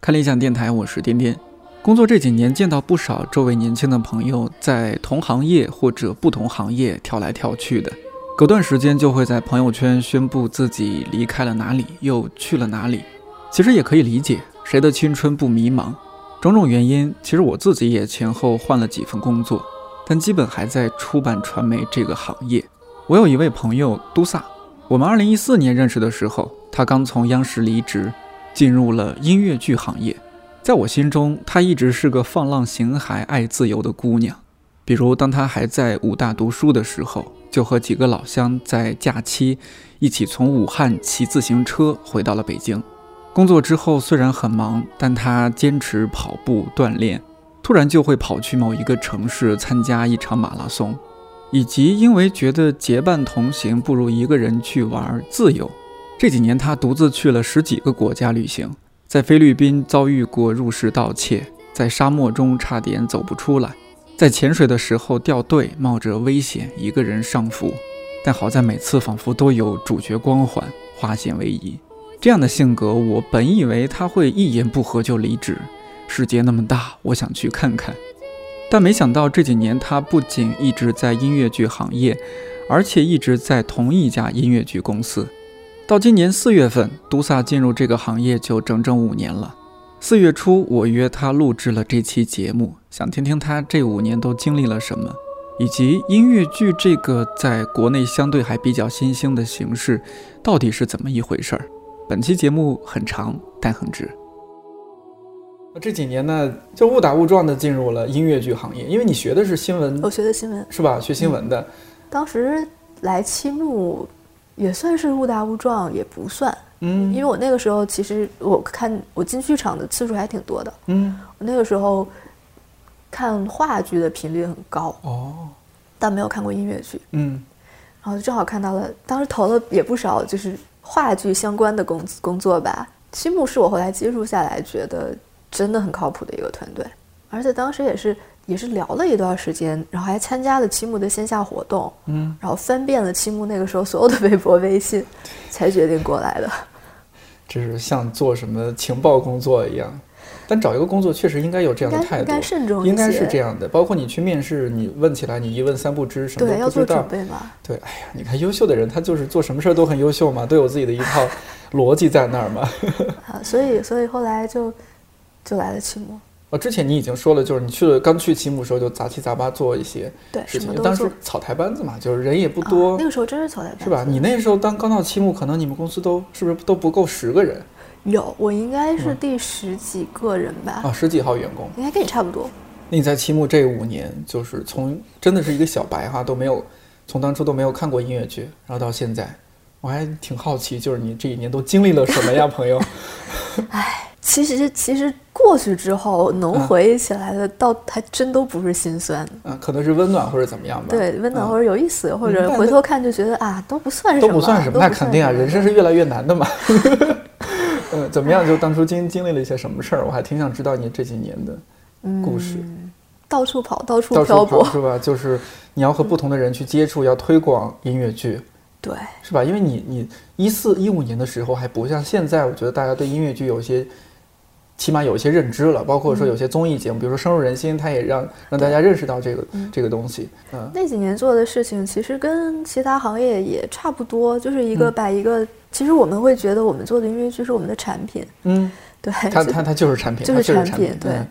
看理想电台，我是颠颠。工作这几年，见到不少周围年轻的朋友在同行业或者不同行业跳来跳去的，隔段时间就会在朋友圈宣布自己离开了哪里，又去了哪里。其实也可以理解，谁的青春不迷茫？种种原因，其实我自己也前后换了几份工作，但基本还在出版传媒这个行业。我有一位朋友都萨，我们二零一四年认识的时候，他刚从央视离职，进入了音乐剧行业。在我心中，她一直是个放浪形骸、爱自由的姑娘。比如，当她还在武大读书的时候，就和几个老乡在假期一起从武汉骑自行车回到了北京。工作之后虽然很忙，但她坚持跑步锻炼，突然就会跑去某一个城市参加一场马拉松。以及因为觉得结伴同行不如一个人去玩自由，这几年他独自去了十几个国家旅行，在菲律宾遭遇过入室盗窃，在沙漠中差点走不出来，在潜水的时候掉队，冒着危险一个人上浮，但好在每次仿佛都有主角光环，化险为夷。这样的性格，我本以为他会一言不合就离职。世界那么大，我想去看看。但没想到这几年，他不仅一直在音乐剧行业，而且一直在同一家音乐剧公司。到今年四月份，都萨进入这个行业就整整五年了。四月初，我约他录制了这期节目，想听听他这五年都经历了什么，以及音乐剧这个在国内相对还比较新兴的形式到底是怎么一回事儿。本期节目很长，但很值。这几年呢，就误打误撞的进入了音乐剧行业，因为你学的是新闻我学的新闻，是吧？学新闻的，当时来七木也算是误打误撞，也不算，因嗯为我那个时候其实我看我进剧场的次数还挺多的，嗯，我那个时候看话剧的频率很高，哦，但没有看过音乐剧，嗯然后正好看到了，当时投了也不少，就是话剧相关的工工作吧。七木是我后来接触下来觉得真的很靠谱的一个团队，而且当时也是也是聊了一段时间，然后还参加了七木的线下活动，嗯，然后翻遍了七木那个时候所有的微博、微信， 才决定过来的。这是像做什么情报工作一样，但找一个工作确实应该有这应样的该态应度，该慎重一些，应该是这样的。包括你去面试，你问起来，你一问三不知，什么对，都要不做知准道。备嘛。对，哎呀，你看优秀的人，他就是做什么事儿都很优秀嘛，都有自己的一 套逻辑在那儿嘛。啊，所以所以后来就就来了七木，哦，之前你已经说了，就是你去了刚去吉姆的时候就杂七杂八做一些对，事什情么，都当做时。草台班子嘛，就是人也不啊多，那个时候真是草台班子，是吧？你那时候当刚到期末，可能你们公司都是不是都不够十个人有，我应该是嗯第十几个人吧，啊，十几号员工。应该跟你差不多。那你在期末这五年，就是从真的是一个小白哈，都没有从当初都没有看过音乐剧，然后到现在，我还挺好奇，就是你这一年都经历了什么呀，朋友？ 其实其实过去之后能嗯回忆起来的，倒还真都不是心酸。啊，可能是温暖或者怎么样吧？对，温暖嗯或者有意思，或者但回是头看就觉得啊，都不算什都么，不算什么，都那不肯算定啊，什么人生是越来越难的嘛。 呃，怎么样？就当初经经历了一些什么事儿，我还挺想知道你这几年的故事。到处跑，到处到处嗯漂跑泊。是吧？就是你要和不同的人去接触，要推广音乐剧，对，是吧？因为你你一四一五年的时候还不像现在，我觉得大家对音乐剧有一些，起码有一些认知了。包括说有嗯些综艺节目，比如说《深入人心》，它也让让大家认识到这个嗯这个东西。嗯那几年做的事情其实跟其他行业也差不多，就是一个嗯把一个，其实我们会觉得我们做的音乐剧是我们的产品，嗯，对，它 就它它就是产品，就它是确实产产品，对。嗯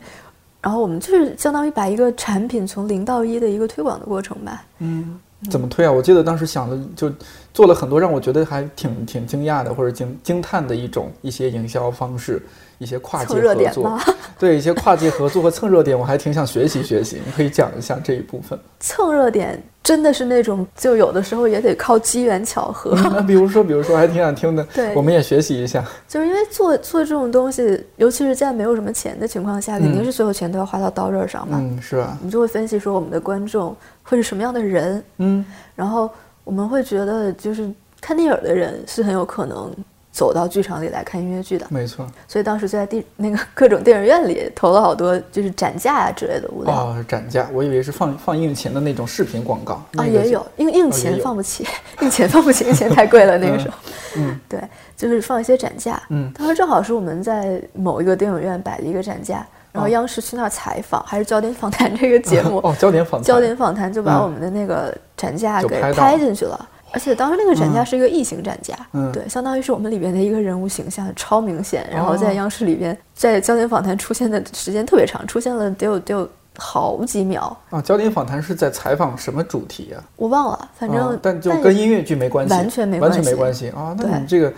然后我们就是相当于把一个产品从零到一的一个推广的过程吧。嗯，怎么推啊？我记得当时想的就做了很多让我觉得还挺挺惊讶的或者惊惊叹的一种一些营销方式，一些跨界蹭热合点作吗，对一些跨界合作和蹭热点，我还挺想学习学习。你可以讲一下这一部分。蹭热点真的是那种，就有的时候也得靠机缘巧合， 那比如说，比如说，还挺想听的，对嗯我们也学习一下。就是因为做做这种东西，尤其是在没有什么钱的情况下，嗯肯定是所有钱都要花到刀刃上嘛。嗯，是吧我？们就会分析说我们的观众会是什么样的人，嗯然后我们会觉得就是看电影的人是很有可能走到剧场里来看音乐剧的。没错。所以当时就在地那个各种电影院里投了好多就是展架啊之类的物料。哦，展架，我以为是放放映前的那种视频广告。那啊，个也是有，因为硬也钱有放不起，硬钱放不起，硬钱太贵了那个时候。嗯对，就是放一些展架。 嗯当时正好是我们在某一个电影院摆了一个展架，然后哦央视去那儿采访，还是《焦点访谈》这个节目， 哦，焦点访谈焦点访谈》就把嗯我们的那个展架就给拍到拍进去了。而且当时那个展架是一个异形展架，嗯对，相当于是我们里边的一个人物形象超明显，然后在哦央视里边，在《焦点访谈》出现的时间特别长，出现了得有得有好几秒，啊，焦点访谈是在采访什么主题啊？我忘了，反正、啊但就也跟音乐剧没关系，完全没完关全系没关系啊。那对你这个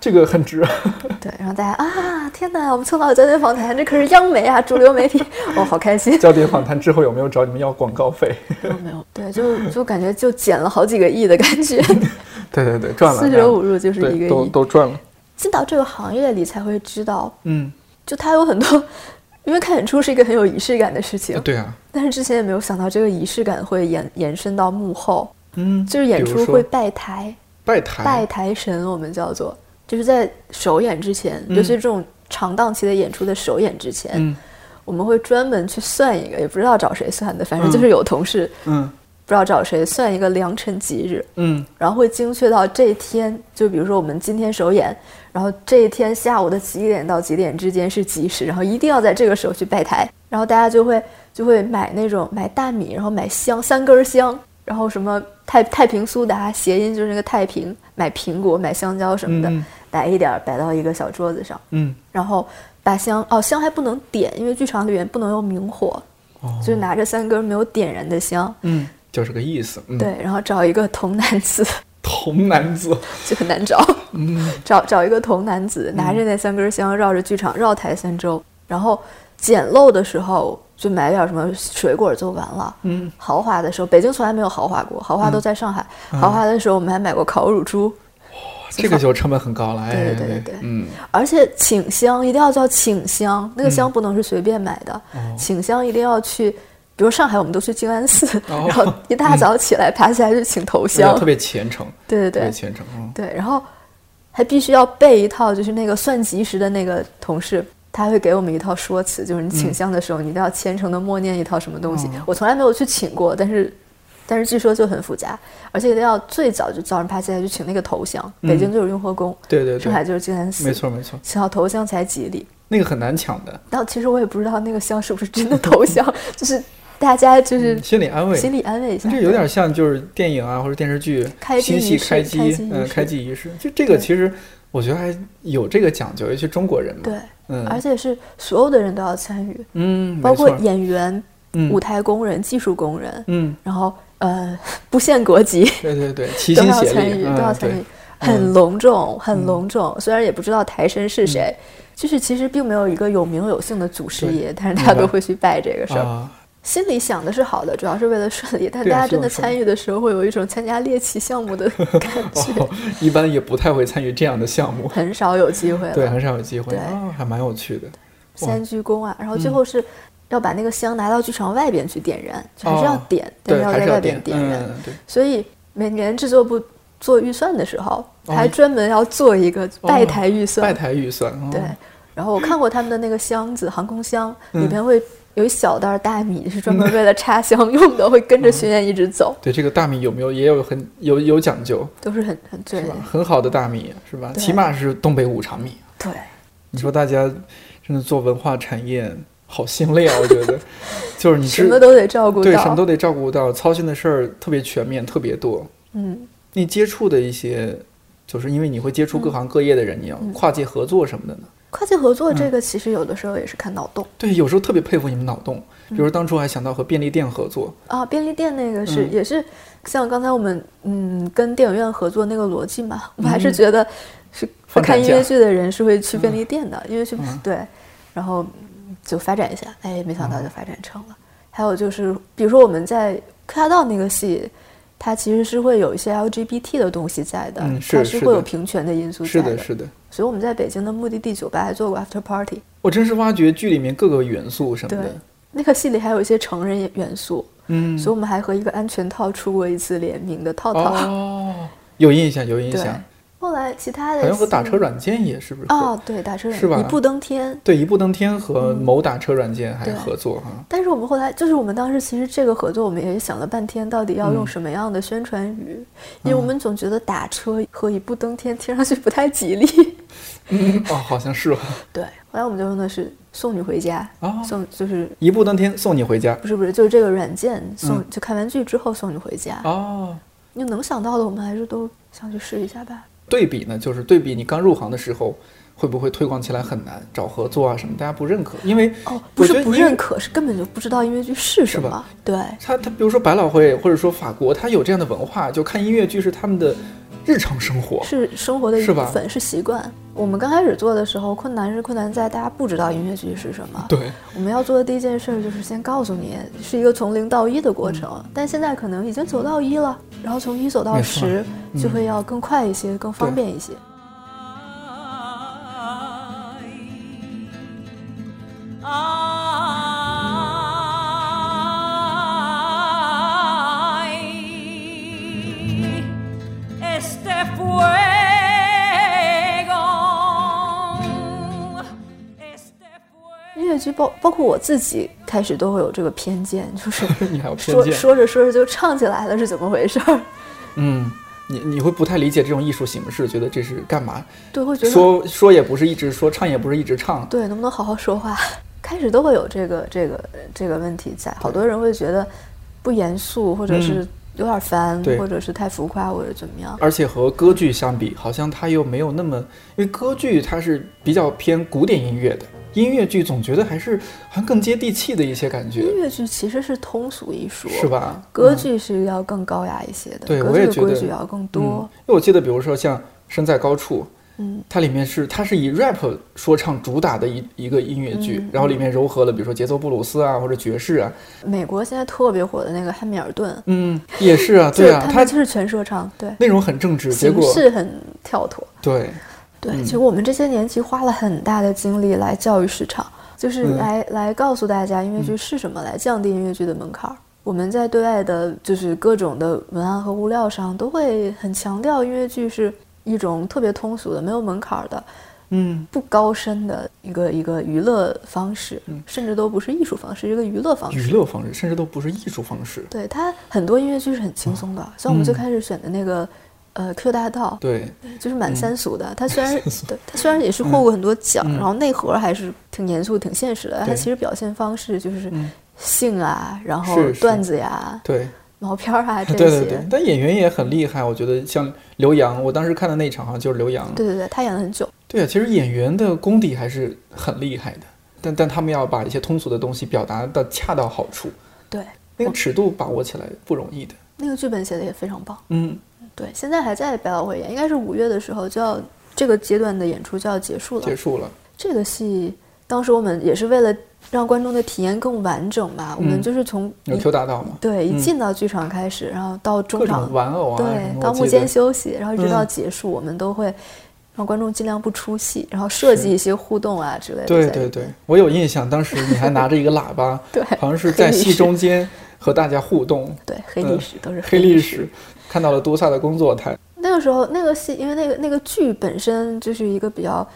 这个很值啊， 对，然后大家啊，天哪，我们蹭到了焦点访谈，这可是央媒啊，主流媒体，哦，好开心。焦点访谈之后有没有找你们要广告费？ 没有没有，对，就就感觉就减了好几个亿的感 觉，对对对，赚了四舍五入就是对一个都亿。都赚了。进到这个行业里才会知道，嗯，就它有很多，因为看演出是一个很有仪式感的事情，对啊，但是之前也没有想到这个仪式感会延延伸到幕后，嗯，就是演比如出说会拜台，拜台，拜台神，我们叫做，就是在首演之前，尤其是这种长档期的演出的首演之前，嗯我们会专门去算一个，也不知道找谁算的，反正就是有同事、嗯不知道找谁算一个良辰吉日，嗯，然后会精确到这一天，就比如说我们今天首演，然后这一天下午的几点到几点之间是吉时，然后一定要在这个时候去拜台，然后大家就会就会买那种买大米，然后买香三根香，然后什么太太平苏打，谐音就是那个太平，买苹果买香蕉什么的嗯嗯，摆一点儿摆到一个小桌子上，嗯，然后把香哦香还不能点，因为剧场里面不能用明火，哦，就拿着三根没有点燃的香，嗯，就是个意思。嗯，对，然后找一个童男子。 童男子，嗯就很难找。找找一个童男子，拿着那三根香，绕着剧场绕台三周，然后捡漏的时候就买点什么水果就完了。嗯，豪华的时候，北京从来没有豪华过，豪华都在上海。嗯豪华的时候，我们还买过烤乳猪，这个就成本很高了。哎，对对对对嗯，而且请香一定要叫请香，那个香不能是随便买的，哦请香一定要去，比如上海我们都去静安寺，哦然后一大早起来爬起来就请头这个香特，别虔诚，对对特别对，虔诚。嗯，对，然后还必须要备一套，就是那个算吉时的那个同事，他会给我们一套说辞，就是你请香的时候，你一定要虔诚的默念一套什么东西。嗯哦我从来没有去请过，但是但是据说就很复杂，而且一定要最早就早上爬起来就请那个头香，北京就是雍和宫，对嗯对上海对，就是静安寺，没，错没错，请到头香才吉利。那个很难抢的，但其实我也不知道那个香是不是真 的头香，就是大家就是心理安慰。心里安慰一下，嗯这有点像就是电影啊或者电视剧开机新戏仪式开开机机，仪嗯，式开机仪式，就这个对其实我觉得还有这个讲究，尤其中国人嘛。对，嗯，而且是所有的人都要参与，嗯，包没括错演员、嗯舞台工人、技术工人，嗯，然后呃， 不限国籍对对对，齐都心要协参力，与，都要嗯，对参与，，很隆重，很隆重。虽然也不知道台神是谁，嗯就是其实并没有一个有名有姓的祖师爷，但是大家明白都会去拜这个事儿。啊，心里想的是好的，主要是为了顺利，但对大啊家希真的望顺参利与的时候，会有一种参加猎奇项 目的感觉，哦， 一般也不太会参与这样的项目，很少有机会对，了。很少有机会对啊，还蛮有趣的。三鞠躬啊，然后嗯最后是要把那个香拿到剧场外边去点燃，就还是要哦点，但对，是要还在是外要边点，点燃。嗯，对，所以每年制作部做预算的时候，哦还专门要做一个拜台预算。拜台预算，哦对，然后我看过他们的那个箱子，航空箱嗯里边会有一小袋大米，是专门为了插香用的，会跟着巡演一直走， 对，这个大米有没有也有很有有讲究，都是很很对是吧？很好的大米是吧？对起码是东北五常米。啊对。你说大家真的做文化产业好心累啊，我觉得，就是你什知么都得照顾对什么到，都得照顾到，操心的事儿特别全面，特别多。嗯，你接触的一些，就是因为你会接触各行各业的人，你嗯要跨界合作什么的呢？跨界合作嗯这个其实有的时候也是看脑洞对，有时候特别佩服你们脑洞，比嗯如当初还想到和便利店合作，啊。便利店那个是嗯也是像刚才我们嗯跟电影院合作那个逻辑嘛，我还是觉得是嗯放看展音架乐剧的人是会去便利店的，因为去嗯对，然后就发展一下，哎，没想到就发展成了。还有就是，比如说我们在科大道那个戏，它其实是会有一些 LGBT 的东西在的，嗯是它是会有的平权的因素在是的，是的。所以我们在北京的目的地酒吧还做过 after party，我真是挖掘剧里面各个元素什么对的，，那个戏里还有一些成人元素，嗯，所以我哦们还和一个安全套出过一次联名的套套。哦，有印象，有印对象，后来其他的好像和打新车软件也是不是合？哦，对，打车软是吧一步登天。对，一步登天和某打车软件还对合作哈。但是我们后来就是我们当时其实这个合作，我们也想了半天，到底要嗯用什么样的宣传语，因为我们总觉得打车和一步登天听上去不太吉 利。嗯，哦，好像 是吧。对，后来我们就用的是送你回家，哦送就是一步登天送你回家。不是不是就是这个软件送、嗯就看完剧之后送你回家。哦，你能想到的，我们还是都想去试一下吧。对比呢，就是对比你刚入行的时候，会不会推广起来很难，找合作啊什么，大家不认可，因为哦，不我觉是得不音乐认可，是根本就不知道音乐剧是什么吧。对，他他比如说百老汇或者说法国，他有这样的文化，就看音乐剧是他们的日常生活。是生活的一是部吧分，是习惯。我们刚开始做的时候，困难是困难在大家不知道音乐剧是什么。对， 我们要做的第一件事就是先告诉你，是一个从零到一的过程。但现在可能已经走到一了，然后从一走到嗯没错十嗯就会要更快一些，更方便一些。 Ay, este fuego, este fuego. 音乐剧包包括我自己开始都会有这个偏见，就是你还有 偏说见。说着说着就唱起来了，是怎么回事儿？嗯，你你会不太理解这种艺术形式，觉得这是干嘛？对，会觉得说说也不是一直说，唱也不是一直唱。啊对，能不能好好说话？开始都会有这个这个这个问题在，好多人会觉得不严肃，或者是有点烦，嗯对或者是太浮夸，或者怎么样。而且和歌剧相比，好像它又没有那么，因为歌剧它是比较偏古典音乐的，音乐剧总觉得还是好像更接地气的一些感觉音，乐剧其实是通俗艺术，是？吧？嗯嗯歌剧是要更高雅一些的，对歌我也剧的觉得规矩要更嗯，多。因为我记得，比如说像《身在高处》，嗯，它里面是它是以 rap 说唱主打的一一个音乐剧，嗯然后里面糅合了比如说节奏布鲁斯啊或者爵士啊，美国现在特别火的那个汉密尔顿，嗯，也是啊， 就对啊，他它们就是全说唱，对，内容很正直，结形果式很跳脱。对，对，嗯其实我们这些年其实花了很大的精力来教育市场，就是嗯来、来告诉大家音乐剧是什么，来降低音乐剧的门槛儿。我们在对外的，就是各种的文案和物料上，都会很强调音乐剧是一种特别通俗的、没有门槛儿的、嗯，不高深的一个一个娱乐方式，甚至都不是艺术方式，是一个娱乐方嗯娱式。乐方式甚至都不是艺术方式，对它很多音乐剧是很轻松的，嗯像我们最开始选的那个，呃，Q 大道，对，就是嗯蛮三俗的。它虽然对它虽然也是获过很多奖，然后内核还是挺严肃、挺现实的。它对其实表现方式就是嗯性啊，然后是是段子呀、对。毛片儿啊 这些。对对对，但演员也很厉害，我觉得像刘洋，我当时看的那一场好像啊就是刘洋。对对对他演了很久。对啊，其实演员的功底还是很厉害的，但但他们要把一些通俗的东西表达的恰到好处，对，那个尺度把握起来不容易的。那个剧本写的也非常棒。嗯，对，现在还在百老汇演，应该是五月的时候就要这个阶段的演出就要结束了结。束了。这个戏当时我们也是为了让观众的体验更完整吧，我们嗯就是从有一 Q 大道吗？对一嗯进到剧场开始，然后到中各场种玩偶啊，什对么，到我幕记得间休息，然后一直到嗯结束，我们都会让观众尽量不出戏，然后设计一些互动啊之类的在里对面。，对对，我有印象，当时你还拿着一个喇叭对好像是在黑历戏史中间和大家互动。对黑嗯历史都是黑历历史，看到了多萨的工作台。那个时候那个戏，因为那个那个剧本身就是一个比较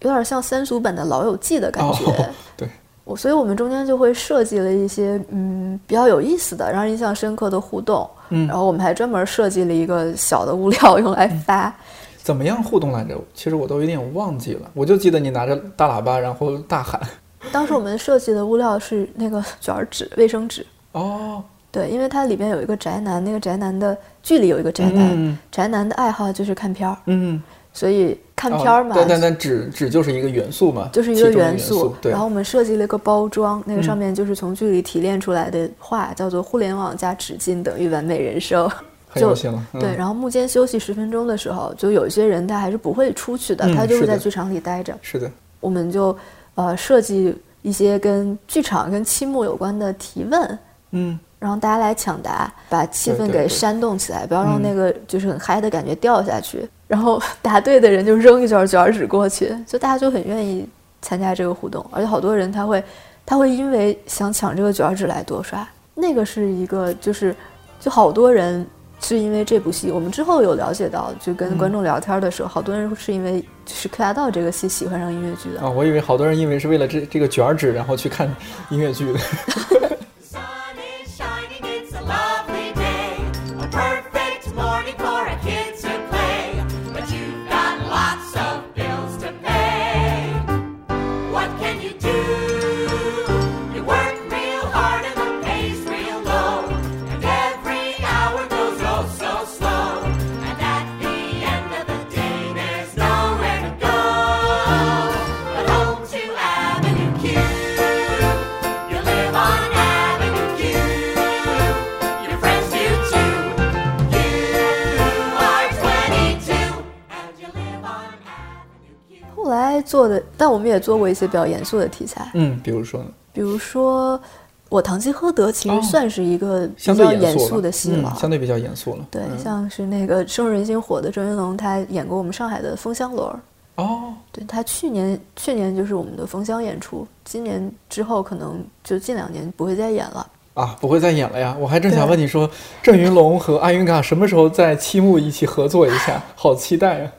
有点像三俗版的《老友记》的感觉。 哦，对，我所以，我们中间就会设计了一些嗯比较有意思的、让人印象深刻的互动，嗯然后我们还专门设计了一个小的物料 用来发，怎么样互动来着？其实我都有点忘记了，我就记得你拿着大喇叭，然后大喊。当时我们设计的物料是那个卷儿纸、卫生纸，哦，对，因为它里边有一个宅男，那个宅男的剧里有一个宅男，嗯宅男的爱好就是看片儿，嗯，所以看哦片儿嘛，但但但纸纸就是一个元素嘛，就是一其个中的元元素。对，然后我们设计了一个包装，那个上嗯面就是从剧里提炼出来的话，叫做“互联网加纸巾等于完美人生”。 很就有心了。嗯对，，然后幕间休息十分钟的时候，就有一些人他还是不会出去的，嗯他就是会在的剧场里待着。是的，我们就呃设计一些跟剧场、跟期末有关的提问，嗯，然后大家来抢答，把气对氛对给对嗯煽动起来，不要让那个就是很嗨的感觉掉下去。然后 答对的人就扔一卷卷纸过去， 就大家就很愿意参加这个互动，而且好多人他会他会因为想抢这个卷纸来多刷，那个是一个就是就好多人。是因为这部戏，我们之后有了解到，就嗯跟观众聊天的时候，好多人是因为就是《克拉道》这个戏喜欢上音乐剧的。啊，我以为好多人因为是为了这这个卷儿纸，然后去看音乐剧的。 sun is shining, it's a lovely day. A perfect morning for a kid to play. But you've got lots of bills to pay. What can you do? You work real hard and the pay's real low. And every hour goes oh so slow. And at the end of the day, there's nowhere to go. But home to Avenue Q. You live on Avenue Q. Your friends do too. You are 22 and you live on Avenue Q. 后来做的，但我们也做过一些比较严肃的题材，嗯，比如说呢，比如说我堂吉诃德其实算是一个比哦相对较严肃肃了的戏了嗯，。相对比较严肃了。对，嗯像是那个深入人心火的郑云龙，他演过我们上海的《风箱轮》儿。哦，对他去年去年就是我们的封箱演出，今年之后可能就近两年不会再演了。啊，不会再演了呀！我还正想对问你说，郑云龙和阿云嘎什么时候在七木一起合作一 下？好期待啊！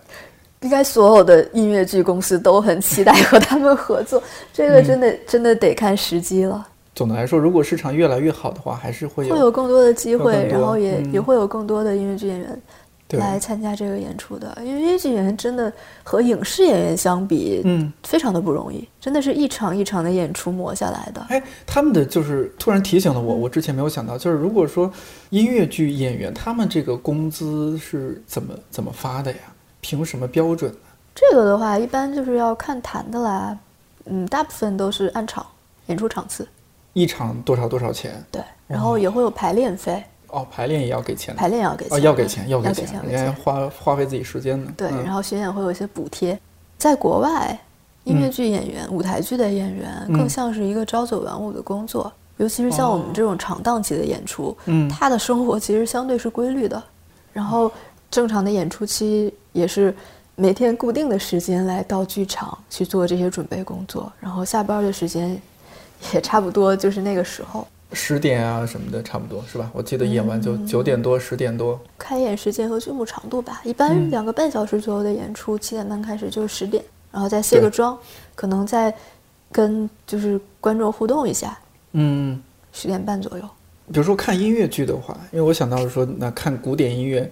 应该所有的音乐剧公司都很期待和他们合作，这嗯个真的、真的得看时机了，总的来说，如果市场越来越好的话，还是会有会有更多的机会有会，更多然后也、嗯也会有更多的音乐剧演员对，来参加这个演出的。因为音乐剧演员真的和影视演员相比，嗯，非常的不容易，真的是一场一场的演出磨下来的。哎，他们的就是突然提醒了我，我之前没有想到，就是如果说音乐剧演员他们这个工资是怎么怎么发的呀？凭什么标准呢？这个的话，一般就是要看谈的啦，嗯，大部分都是按场演出场次，一场多少多少钱？对，然后也会有排练费，哦，排练也要给钱的排练也要给钱哦，的，要给钱，要给钱，要人给家钱，花花费自己时间呢。对，嗯然后巡演会有一些补贴。在国外，音乐剧演员、舞台剧的演员嗯哦更像是一个朝九晚五的工作，尤其是像我们这种长档期的演出，嗯他的生活其实相对是规律的，然后正常的演出期也是每天固定的时间来到剧场去做这些准备工作，然后下班的时间也差不多就是那个时候。十点啊什么的，差不多是吧？我记得演完嗯就九点多、十点多。开演时间和剧目长度吧，一嗯般两个半小时左右的演出，七点半开始就是十点，然后再卸个对妆，可能再跟就是观众互动一下，嗯，十点半左右。比如说看音乐剧的话，因为我想到是说，那看古典音乐，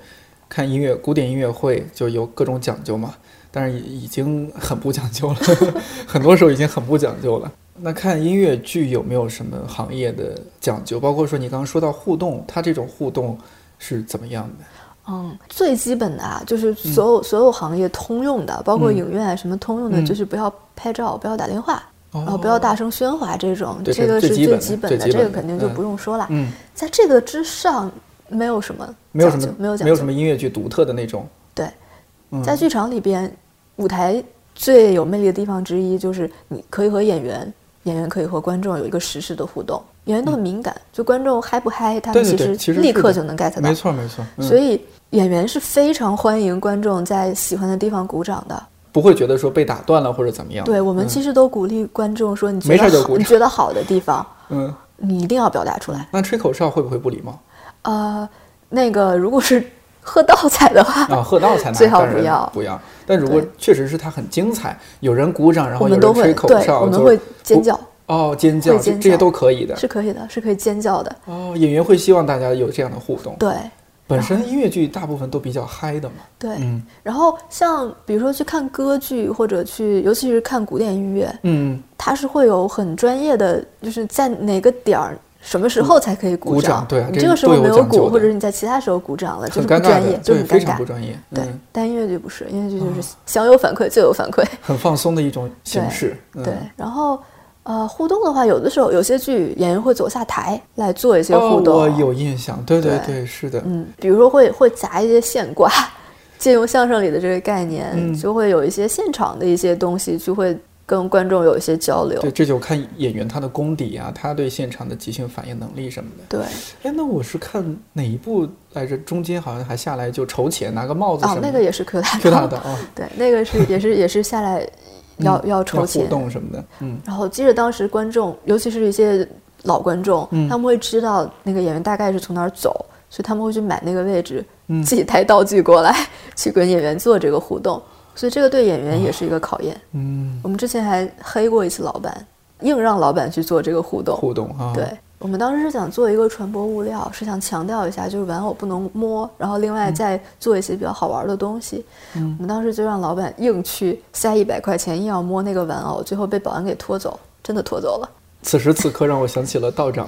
看音乐古典音乐会就有各种讲究嘛，但是已已经很不讲究了， 很多时候已经很不讲究了。那看音乐剧有没有什么行业的讲究？包括说你刚刚说到互动，它这种互动是怎么样的？嗯，最基本的啊，就是所有、所有行业通用的，包括嗯影院啊什么通用的，嗯就是不要拍照，不要打电话，然后哦不要大声喧哗，这种对这个这是是最最基基本本的，的最基这个本的肯定就嗯不用说了。嗯，在这个之上，没有什么没有什讲究么没有讲究，没有什么音乐剧独特的那种。对，嗯在剧场里边，舞台最有魅力的地方之一就是你可以和演员，演员可以和观众有一个实时的互动。演员都很敏感，就观众嗨不嗨，他们嗯对对对实其实立是刻的就能 get 到没。错没错，嗯所以演员是非常欢迎观众在喜欢的地方鼓掌的。不会觉得说被打断了或者怎么样。对我们啊嗯其实都鼓励观众说，你觉没事得就好，鼓你掌觉得好的地方，嗯，你一定要表达出来。那吹口哨会不会不礼 貌呃，那个如果是喝 倒彩的话，嗯啊？喝倒彩那最好当然不要不要。但如果对确实是它很精彩，有人鼓掌，然我后有们都人会吹口对，哨，我们就会尖不叫，哦，尖叫，会这尖这些叫都可以的。是可以的，是可以尖叫的。哦，演员会希望大家有这样的互动。对，本身音乐剧大部分都比较嗨的嘛。对，嗯然后像比如说去看歌剧，或者去，尤其是看古典音乐，嗯，它是会有很专业的，就是在哪个点儿、什么时候才可以鼓掌。掌对啊你这这个时候都有没有讲究鼓，的或者你在其他时候鼓掌了，很就是不尴尬专的业，，就对，很非尴常尬不。专业。对嗯，，但音乐剧不是，音乐剧就是想有反馈就有反馈。很放松的一种形式。嗯对，然后呃，互动的话，有的时候有些剧演员会走下台来做一些哦，互动。我有印象，对对对对，是的。嗯，比如说会会夹一些现挂，借用相声里的这个概念，嗯就会有一些现场的一些东西，就会跟观众有一些交流对，。这就看演员他的功底啊，他对现场的即兴反应能力什么的。对哎，那我是看哪一部来着？中间好像还下来就筹钱，拿个帽子什哦么，那个也是 Q 大 Q 大的啊，对，那个是也是也是下来要、嗯要筹钱互，动什么的，嗯，然后接着当时观众，尤其是一些老观众，嗯他们会知道那个演员大概是从哪儿走，所以他们会去买那个位置，嗯自己带道具过来、 去跟演员做这个互动，所以这个对演员也是一个考验。嗯，我们之前还黑过一次老板，硬让老板去做这个互动。互动啊，对，我们当时是想做一个传播物料，是想强调一下，就是玩偶不能摸，然后另外嗯再做一些比较好玩的东西。我们当时就让老板硬去塞一百块钱，硬要摸那个玩偶，最后被保安给拖走，真的拖走了。此时此刻让我想起了道 长，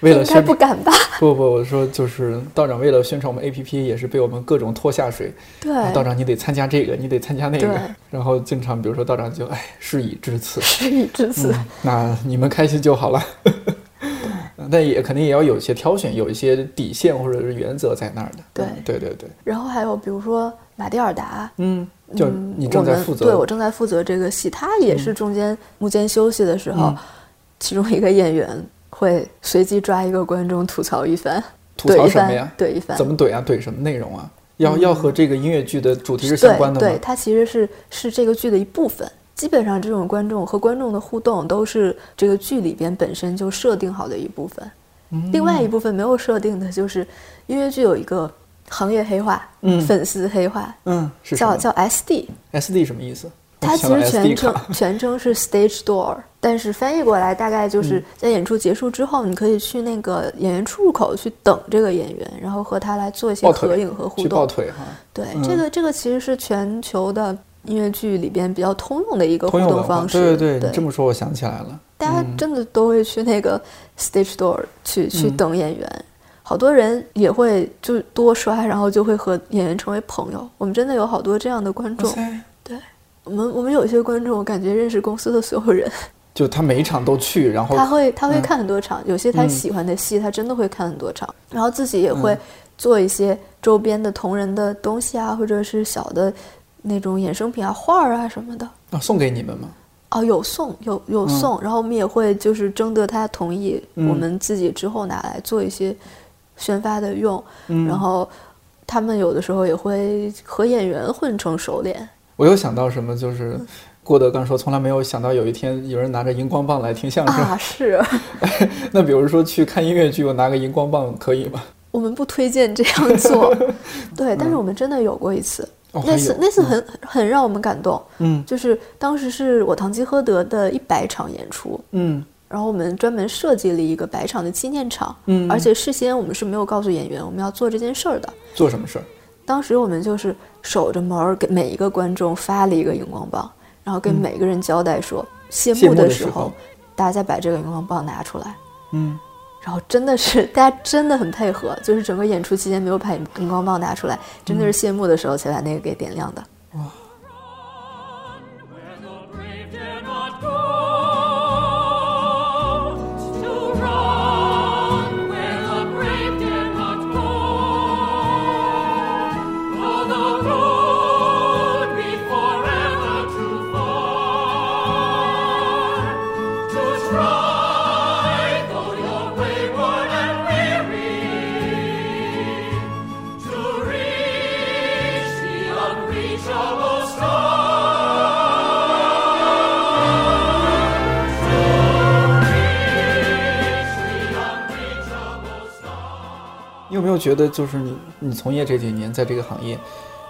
为了应该宣不传，啊敢吧？不不，我说就是道长为了宣传我们 APP，也是被我们各种拖下水。对，啊道长你得参加这个，你得参加那个对，然后经常比如说道长就哎事已至此， 事已至此，嗯那你们开心就好了。 但也肯定也要有一些挑选，有一些底线或者是原则在那儿的。对嗯对对对，然后还有比如说马蒂尔达，嗯，就嗯你正在负责，嗯我们对我正在负责这个戏，他也是中间幕间休息的时候，其中一个演员会随机抓一个观众吐槽一番，吐槽怼一什么番呀？怼一番，怎么怼啊？怼什么内容啊？要、要和这个音乐剧的主题是相关对的吗？嗯对，它其实是是这个剧的一部分。基本上这种观众和观众的互动都是这个剧里边本身就设定好的一部分。嗯另外一部分没有设定的就是音乐剧有一个行业黑化，嗯粉丝黑化，嗯，是什叫么叫 SD， SD 什么意思？它我其想到实全 SD 称卡全称是 Stage Door，但是翻译过来大概就是嗯在演出结束之后，你可以去那个演员出入口去等这个演员，然后和他来做一些抱腿合影 和互去抱动。腿哈。对，嗯这个这个其实是全球的音乐剧里边比较通用的一个互通用文动化，方式。对对对，你这么嗯说我想起来了，大家真的都会去那个 stage door 嗯去、去等演员，好多人也会就多刷，然后就会和演员成为朋友。我们真的有好多这样的观众，对我们我们有一些观众，我感觉认识公司的所有人，就他每一场都去，然后他会他会嗯看很多场，有些他嗯喜欢的戏，他真的会看很多场，然后自己也会做一些周边的同人的东西啊，或者是小的那种衍生品啊、画儿啊什么的。啊送给你们吗？哦，有送有有送，然后我们也会就是征得他同意，嗯我们自己之后拿来做一些宣发的用，嗯然后他们有的时候也会和演员混成熟脸，我又想到什么，就是嗯郭德纲说从来没有想到有一天有人拿着荧光棒来听相声。啊，是 那比如说去看音乐剧，我拿个荧光棒可以吗？我们不推荐这样 做，对，嗯但是我们真的有过一次，哦还那次有那次很很让我们感动，嗯就是当时是我堂吉诃德的一百场演出，嗯然后我们专门设计了一个百场的纪念场，嗯而且事先我们是没有告诉演员我们要做这件事儿的。做什么事儿？当时我们就是守着门儿给每一个观众发了一个荧光棒，然后跟每个人交代说，嗯谢谢幕幕的的时时候候，大家把这个荧光棒拿出来。嗯，然后真的是 大家真的很配合，就是整个演出期间没有把荧光棒拿出来，真的是谢幕的时候才把那个给点亮的。 Where the brave dare not go to run, where the brave dare not go, though the road be forever too far to try, though you're wayward and weary, to reach the unreachable star. To reach the unreachable star. 你有没有觉得就是你你从业这几年，在这个行业，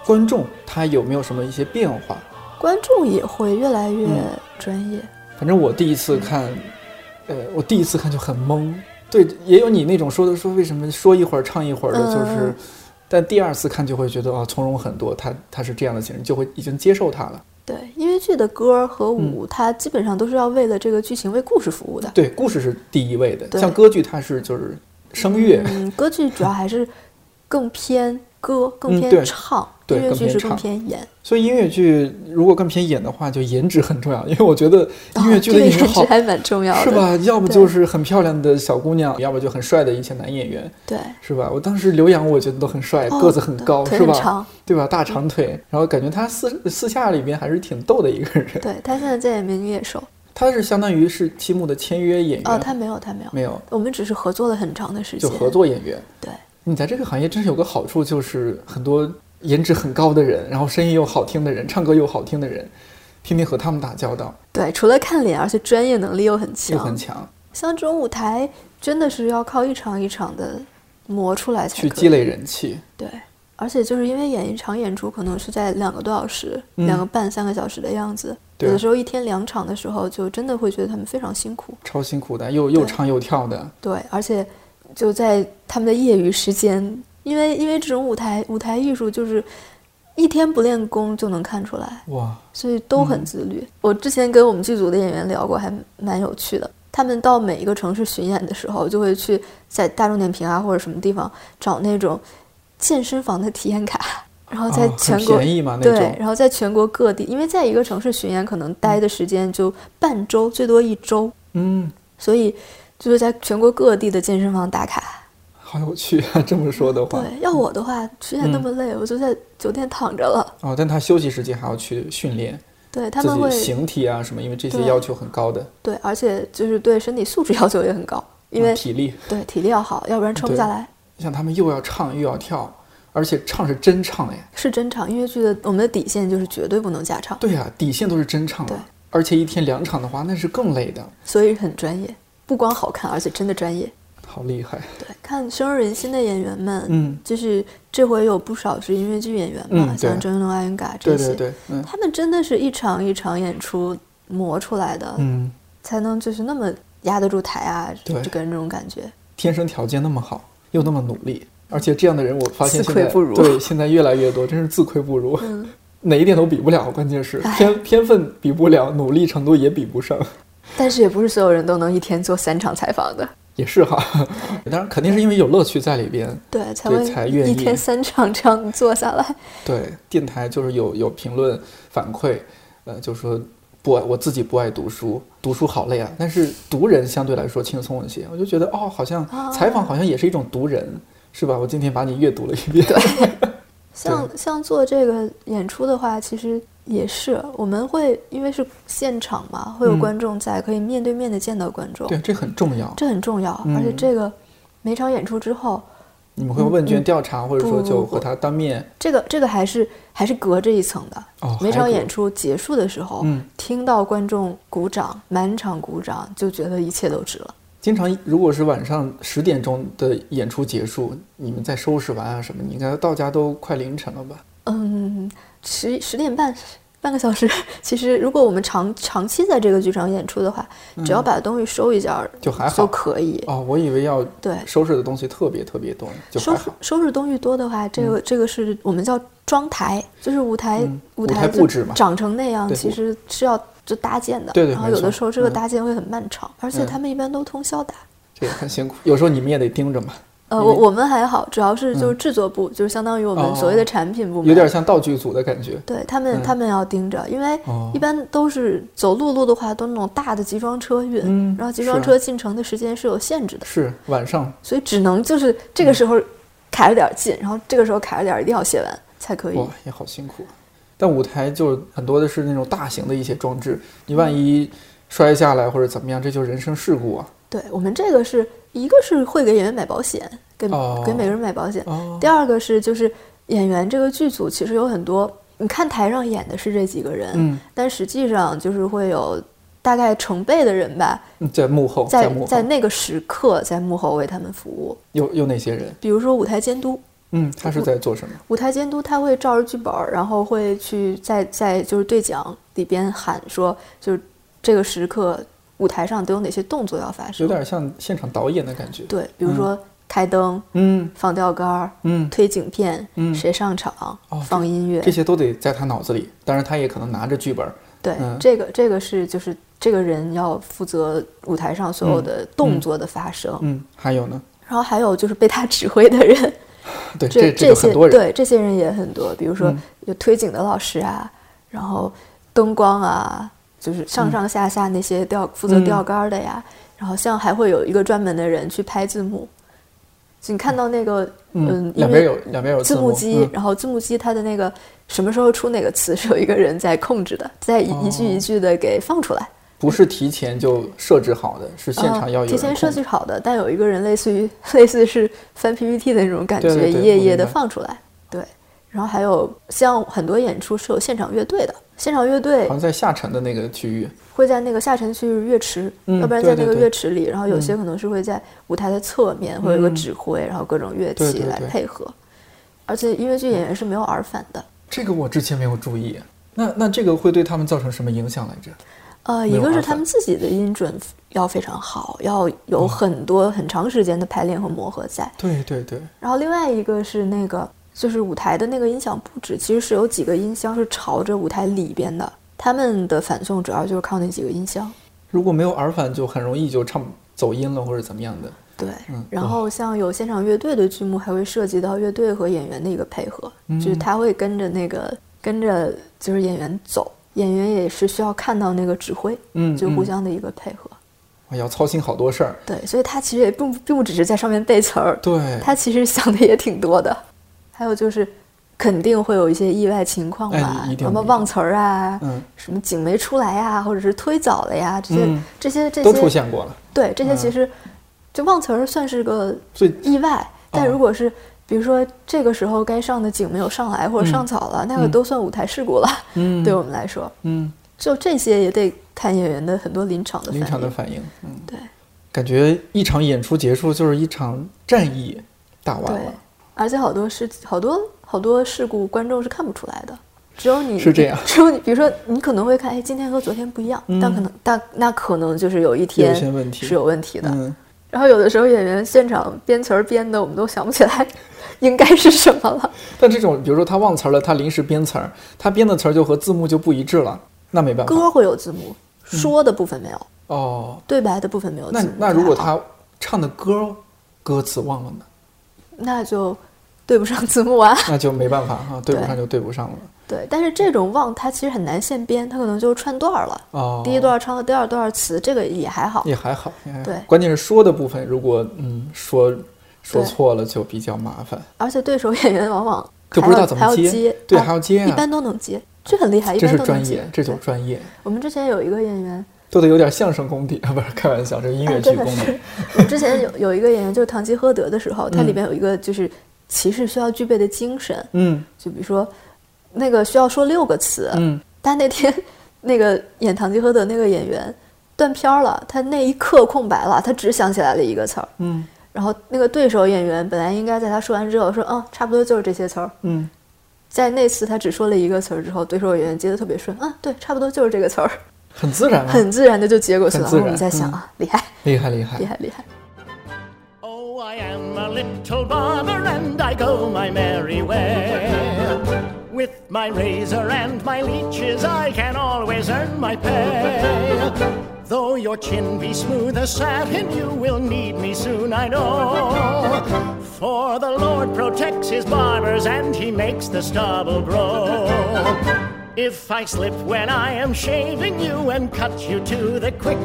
观众他有没有什么一些变化？观众也会越来越嗯专业，反正我第一次看，呃，我第一次看就很懵。对，也有你那种说的说为什么说一会儿唱一会儿的，嗯就是，嗯但第二次看就会觉得啊、从容很多，他他是这样的形式，就会已经接受他了。对，音乐剧的歌和舞，它基本上都是要为了这个剧情、为故事服务的。嗯对，故事是第一位的，对像歌剧它是就是声乐，嗯，歌剧主要还是更偏歌，更嗯对偏唱；对音乐剧更偏是更唱偏演。所以音乐剧如果更偏演的话，就颜值很重要，因为我觉得音乐剧这的个颜值哦颜值好。还蛮重要的，是吧？要不对就是很漂亮的小姑娘，要不就很帅的一些男演员，对，是吧？我当时刘洋，我觉得都很帅，哦哎个子很对高，腿是很吧？长对吧？大长腿，然后感觉他私私下里边还是挺逗的一个人。对他现在在演《名与野兽他是相当于是七木的签约演》员，哦哦，他没有，他没有，没有我们只是合作了很长的时就间，合。作演员。对，你在这个行业真是有个好处，就是很多颜值很高的人，然后声音又好听的人，唱歌又好听的人，天天和他们打交道对，除了看脸，而且专业能力又很又强。很强。像这种舞台，真的是要靠一场一场的磨出来才去可积以累人气。对，而且就是因为演一场演出可能是在两个多小时、嗯两个半、三个小时的样子，对有的时候一天两场的时候，就真的会觉得他们非常辛苦。超辛苦的，又又对唱又跳的，对，而且就在他们的业余时间，因为因为这种舞台舞台艺术就是一天不练功就能看出来，哇，所以都嗯很自律。我之前跟我们剧组的演员聊过，还蛮有趣的。他们到每一个城市巡演的时候，就会去在大众点评啊或者什么地方找那种健身房的体验卡， 然后在啊很全国、便宜嘛那对种，，然后在全国各地，因为在一个城市巡演可能待的时间就半周，最多一周，嗯，所以就是在全国各地的健身房打卡。好有趣啊！这么说的对话，，要我的话，巡演那嗯么累，我就在酒店躺着了。哦，但他休息时间还要去训练对他自们会己形体啊什么，因为这些对要求很高的，对，而且就是对身体素质要求也很高，因为、嗯体力，对体力要好，要不然撑不下对来。像他们又要唱又要跳，而且唱是真唱哎，是真唱，音乐剧的我们的底线就是绝对不能假唱，对呀、底线都是真唱对啊，而且一天两场的话，那是更累的，所以很专业，不光好看，而且真的专业。好厉害，对，看深入人心的演员们，嗯就是这回有不少是音乐剧演员嘛，嗯像对周云龙、阿云嘎这对些，对对，嗯他们真的是一场一场演出磨出来的，嗯，才能就是那么压得住台啊，对就给人这种感觉。天生条件那么好，又那么努力，而且这样的人我发现自现愧在不如嗯对现在越来越多，真是自愧不如。哪一点都比不了，关键是唉天天分比不了，努力程度也比不上，但是也不是所有人都能一天做三场采访的，也是哈。 当然肯定是因为有乐趣在里边，对，才对会才愿一意天三场这样做下来。对，电台就是有有评论反馈，呃，就说不爱我自己不爱读书，读书好累啊。但是读人相对来说轻松一些，我就觉得哦，好像采访好像也是一种读人，是吧？我今天把你阅读了一遍，像像做这个演出的话，其实也是我们会因为是现场嘛，会有嗯观众在，可以面对面的见到观众， 对，这很重要。这很重要。而且嗯这个每场演出之后，你们会用问卷调查，或者不说不就嗯不和他当面这个这个还是还是隔着一层的。哦，每还场有演出结束的时候，嗯听到观众鼓掌，满场鼓掌，就觉得一切都值了。经常如果是晚上十点钟的演出结束，你们再收拾完啊什么，你应该到家都快凌晨了吧？嗯，十十点半，半个小时。其实如果我们长长期在这个剧场演出的话，只要把东西收一下儿嗯就还好就可以。哦，我以为要对，收拾的东西特别特别多，就收还拾好。收拾东西多的话，这个、这个是我们叫装台，就是舞台、嗯舞台台就布置嘛长成那样对其我实是要就搭建的。对对然后没有的错时候这个嗯搭建会很漫长，而且嗯他们一般都通宵打。这也很辛苦。有时候你们也得盯着嘛，呃，因我为我们还好，主要是就是制作部，就是相当于我们所谓的嗯哦产品部门，有点像道具组的感觉。对他们嗯他们要盯着，因为哦一般都是走陆路的话，都是那种大的集装车运，嗯然后集装是车进城的时间是有限制的，是晚上所以只能就是这嗯个时候卡着点儿进，然后这个时候卡着点儿一定要写完才可以哇。，也好辛苦。但舞台就很多的是那种大型的一些装置，你万一摔下来或者怎么样，这就是人身事故啊。对我们这个是一个是会给演员买保险，给、哦给每个人买保险，哦第，二个是就是演员这个剧组其实有很多，你看台上演的是这几个人，嗯但实际上就是会有大概成倍的人吧，嗯在幕后，在幕后在那个时刻在幕后为他们服务。有有哪些人？比如说舞台监督，嗯，他是在做什么？舞台监督他会照着剧本儿，然后会去在在就是对讲里边喊说，就是这个时刻舞台上都有哪些动作要发有生。点像现场导演的感觉。，对，比如说开灯、嗯放吊杆儿、嗯，推景片、嗯谁上场、哦放音乐，这些都得在他脑子里，当然他也可能拿着剧本。对，嗯这个这个是就是这个人要负责舞台上所有的动作的发生，嗯，还有呢， 然后还有就是被他指挥的人，对，这这个些很多人，对这些人也很多，比如说嗯有推景的老师啊，然后灯光啊，就是上上下下那些吊负责嗯吊杆儿的呀，然后像还会有一个专门的人去拍字幕，就你看到那个嗯，因两边为有两边有字幕幕机，嗯然后字幕机它的那个什么时候出哪个词是有一个人在控制的，在一、一哦句一句的给放出来。不是提前就设置好的，是现场要有嗯、提人前控设制计好的，但有一个人类似于类似是翻 PPT 的那种感觉，对对对一页我一页明的白放出来。对，然后还有像很多演出是有现场乐队的，现场乐队好像在下沉的那个区域。会在那个下沉区域乐池，嗯要不然对在那对个对乐池里，然后有些可能是会在舞台的侧面会有一个嗯指挥，然后各种乐对器对来对配合。而且音乐剧演员是没有耳返的，这个我之前没有注意。那那这个会对他们造成什么影响来着？呃，没一有嗯个是耳他返们自己的音准要非常好，要有很多很长时间的排练和磨合在。对对对，然后另外一个是那个，就是舞台的那个音响布置，其实是有几个音箱是朝着舞台里边的，他们的反送主要就是靠那几个音箱。如果没有耳返，就很容易就唱走音了或者怎么样的。对，嗯然后像有现场乐队的剧目，还会涉及到乐队和演员的一个配合，嗯就是他会跟着那个跟着就是演员走，演员也是需要看到那个指挥，嗯就互嗯相的一个配合。哎要操心好多事儿。对，所以他其实也并不并不只是在上面背词儿，对，他其实想的也挺多的。还有就是，肯定会有一些意外情况吧，哎一定什的么忘词儿啊，嗯，什么景没出来呀、或者是推早了呀，这些、嗯这些这些都出现过了。对，这些其嗯实就忘词儿算是个最意外，但哦如果是比如说这个时候该上的景没有上来，或者上早了，那个嗯都算舞台事故了。嗯对我们来说，嗯，就这些也得看演员的很多临场的反临应。场的反应，嗯，对感觉一场演出结束就是一场战役打完对了，，而且好多事好多好多事故观众是看不出来的。只有你是这样 嗯只有你，比如说你可能会看，哎，今天和昨天不一样，但可能但那可能就是有一天些问题是有问题的，嗯，然后有的时候演员现场编词儿编的，我们都想不起来 应该是什么了。但这种比如说他忘词儿了，他临时编词儿，他编的词儿就和字幕就不一致了，那没办法。歌会有字幕，说的部分没有，哦，对白的部分没有字那幕。嗯那如果还好他唱的歌歌词忘了呢，那就对不上字幕啊。 那就没办法哈、对不对上就对不上了。对，但是这种忘它其实很难现编，它可能就串段儿了。哦，第一段唱到第二段词，这个也还好。也还好，也还好对关键是说的部分，如果嗯说说对啊错了就比较麻烦，而且对手演员往往就不还知要道怎还么要接，接，对，啊还要接一啊，般都能接，这很厉害，一这般是都能专接业，。这就是对专业。我们之前有一个演员，做的有点相声功底 啊，不是开玩笑，这是音乐剧哎，真的功底是。我之前有有一个演员，就是《堂吉诃德》的时候，它里面有一个就是骑士需要具备的精神，嗯就比如说那个需要说六个词，嗯，但那天那个演《堂吉诃德》那个演员断片儿了，他那一刻空白了，他只想起来了一个词儿，嗯然后那个对手演员本来应该在他说完之后说，嗯，差不多就是这些词儿。嗯，在那次他只说了一个词儿之后，对手演员接的特别顺，嗯，对，差不多就是这个词儿，很自然啊，很自然的就接过去了。很自然我们在想嗯啊，厉害，厉害厉害厉。害，厉害。 Oh, I am a little barber and I go my merry way. With my razor and my leeches, I can always earn my pay. Though your chin be smooth as satin, you will need me soon, I know. For the Lord protects his barbers and he makes the stubble grow. If I slip when I am shaving you and cut you to the quick,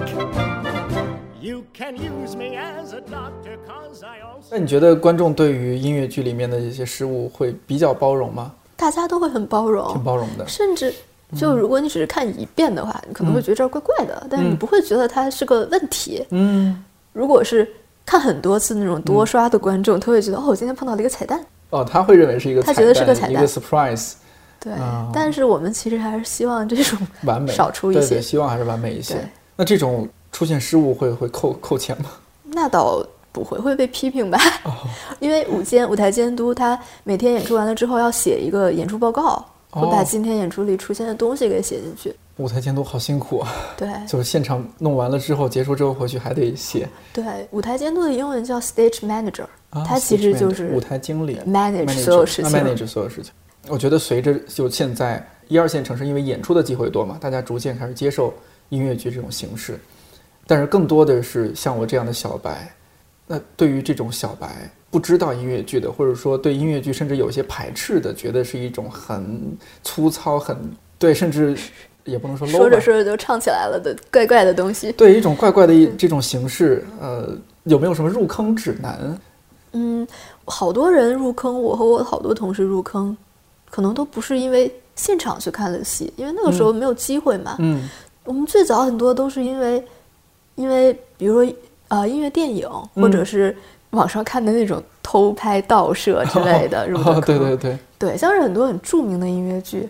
you can use me as a doctor, cause I also. 那你觉得观众对于音乐剧里面的一些失误会比较包容吗？大家都会很包容，挺包容的。嗯甚至就如果你只是看一遍的话，你可能会觉得这儿怪怪的，但是你不会觉得它是个问题。嗯，如果是看很多次那种多刷的观众，他会觉得哦，我今天碰到了一个彩蛋。哦，他会认为是一个他彩蛋，觉得是个彩蛋一个 surprise，对，哦但是我们其实还是希望这种完美，少出一对对些。希望还是完美一些对。那这种出现失误会会扣扣钱吗？那倒不会，会被批评吧？哦 因为舞监舞台监督他每天演出完了之后要写一个演出报告，哦会把今天演出里出现的东西给写进去。舞台监督好辛苦 啊，对，就是现场弄完了之后，结束之后回去还得写。对，舞台监督的英文叫 stage manager，、啊他其实 stage 就 manager，是舞台经理 manage 所有事情啊，manage 所有事情。我觉得随着就现在一二线城市，因为演出的机会多嘛，大家逐渐开始接受音乐剧这种形式，但是更多的是像我这样的小白，那对于这种小白不知道音乐剧的，或者说对音乐剧甚至有些排斥的，觉得是一种很粗糙、很对，甚至也不能说 low 吧说着说着就唱起来了的怪怪的东西。对一种怪怪的一这种形式，呃，有没有什么入坑指南？嗯，好多人入坑，我和我好多同事入坑，可能都不是因为现场去看了戏，因为那个时候没有机会嘛。嗯我们最早很多都是因为，因为比如说呃音乐电影，或嗯者是网上看的那种偷拍盗 摄之类的入的哦坑。对对对，对，像是很多很著名的音乐剧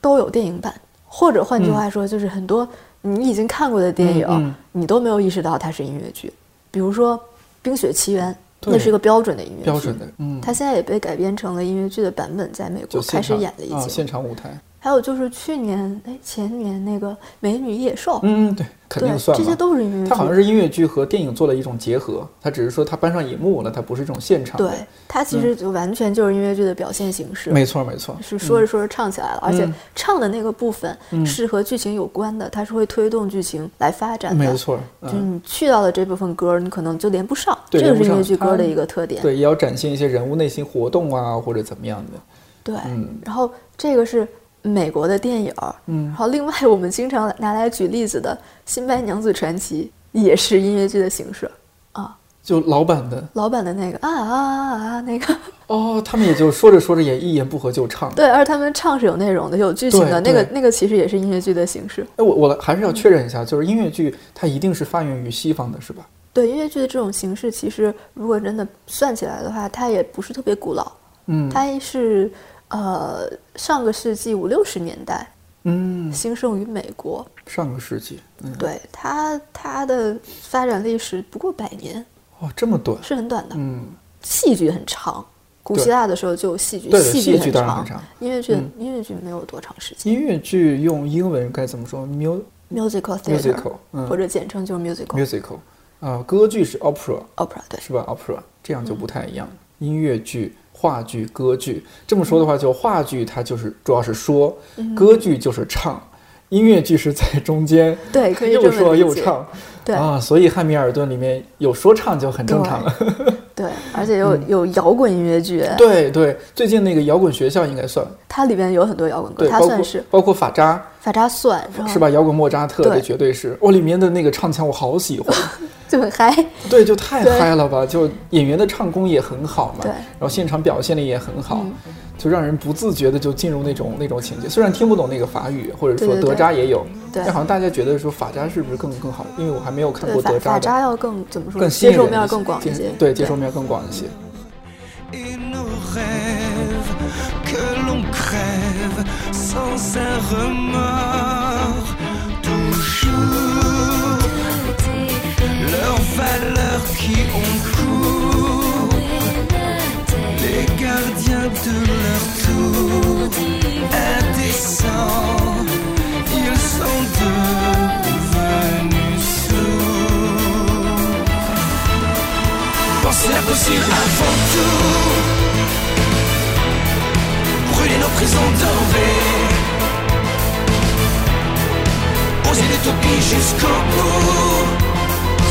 都有电影版，或者换句话说，就是很多你已经看过的电影，嗯嗯嗯你都没有意识到它是音乐剧。比如说《冰雪奇缘》，对那是一个标准的音乐剧，标准的，嗯，它现在也被改编成了音乐剧的版本，在美国就开现始场演了已啊，经。现场舞台，还有就是去年哎前年那个《美女与野兽》，嗯嗯，对，肯对定，算这些嘛。都是音乐剧。它好像是音乐剧和电影做了一种结合，它只是说它搬上银幕了，它不是这种现场的。嗯对，它其实就完全就是音乐剧的表现形式。没错嗯没错，是说着说着唱起来了，而且唱的那个部分嗯是和剧情有关的，它是会推动剧情来发展的。没，错，就是嗯，你去到了这部分歌，你可能就连不上，对这个连是不音乐上剧歌它的一个特点。对，也要展现一些人物内心活动啊，或者怎么样的。对嗯然后这个是美国的电影儿，嗯然后另外我们经常拿来举例子的《新白娘子传奇》也是音乐剧的形式。就老版的老版的那个啊啊啊啊啊那个，哦，他们也就说着说着也一言不合就唱。对，而且他们唱是有内容的，有剧情的，那对个对那个其实也是音乐剧的形式。哎，我我还是嗯要确认一下，就是音乐剧它一定是发源于西方的，是吧？对音乐剧的这种形式，其实如果真的算起来的话，它也不是特别古老，嗯它是呃上个世纪五六十年代嗯，兴盛于美国，上个世纪，嗯，对它它的发展历史不过百年，哦，这么短，是很短的。嗯，戏剧很长，古希对腊的时候就有戏剧，对对戏剧剧很当然长很长，音乐剧嗯音乐剧没有多长时间音乐剧用英文该怎么说？mu ，musical theater musical，嗯或者简称就是 musical musical，啊、歌剧是 opera， opera，对是吧？opera 这样就不太一样。嗯音乐剧、话剧、歌剧，这么说的话，就话剧它就是主要是说，嗯歌剧就是唱，音乐剧是在中间，对，可以又这么说理又解唱，对啊，所以《汉密尔顿》里面有说唱就很正常了。对，而且嗯有有摇滚音乐剧， 对对，最近那个摇滚学校应该算，它里边有很多摇滚歌，对，哦它包算括是包括法扎法扎算，然后是吧？摇滚莫扎特对这绝对是，哇，里面的那个唱腔我好喜欢，就很嗨，对，就太对嗨了吧！就演员的唱功也很好嘛，对嗯然后现场表现力也很好，就让人不自觉的就进入那种那种情节。虽然听不懂那个法语，或者对说对对德扎也有，对但好像大家觉得说法扎是不是更更好？因为我还没有看对过法德法扎扎的，要更怎么说，更吸接引受人面一更些广一接些，嗯对，接受面更广一些。 et nos rêves que l'on crève sans un remords. Toujours leur valeur qui ont cours, les gardiens de leur tour, indécents, ils sont devenus sourds. Pensez à possible avant tout. Brûler nos prisons d'envers. Oser l'utopie jusqu'au bout.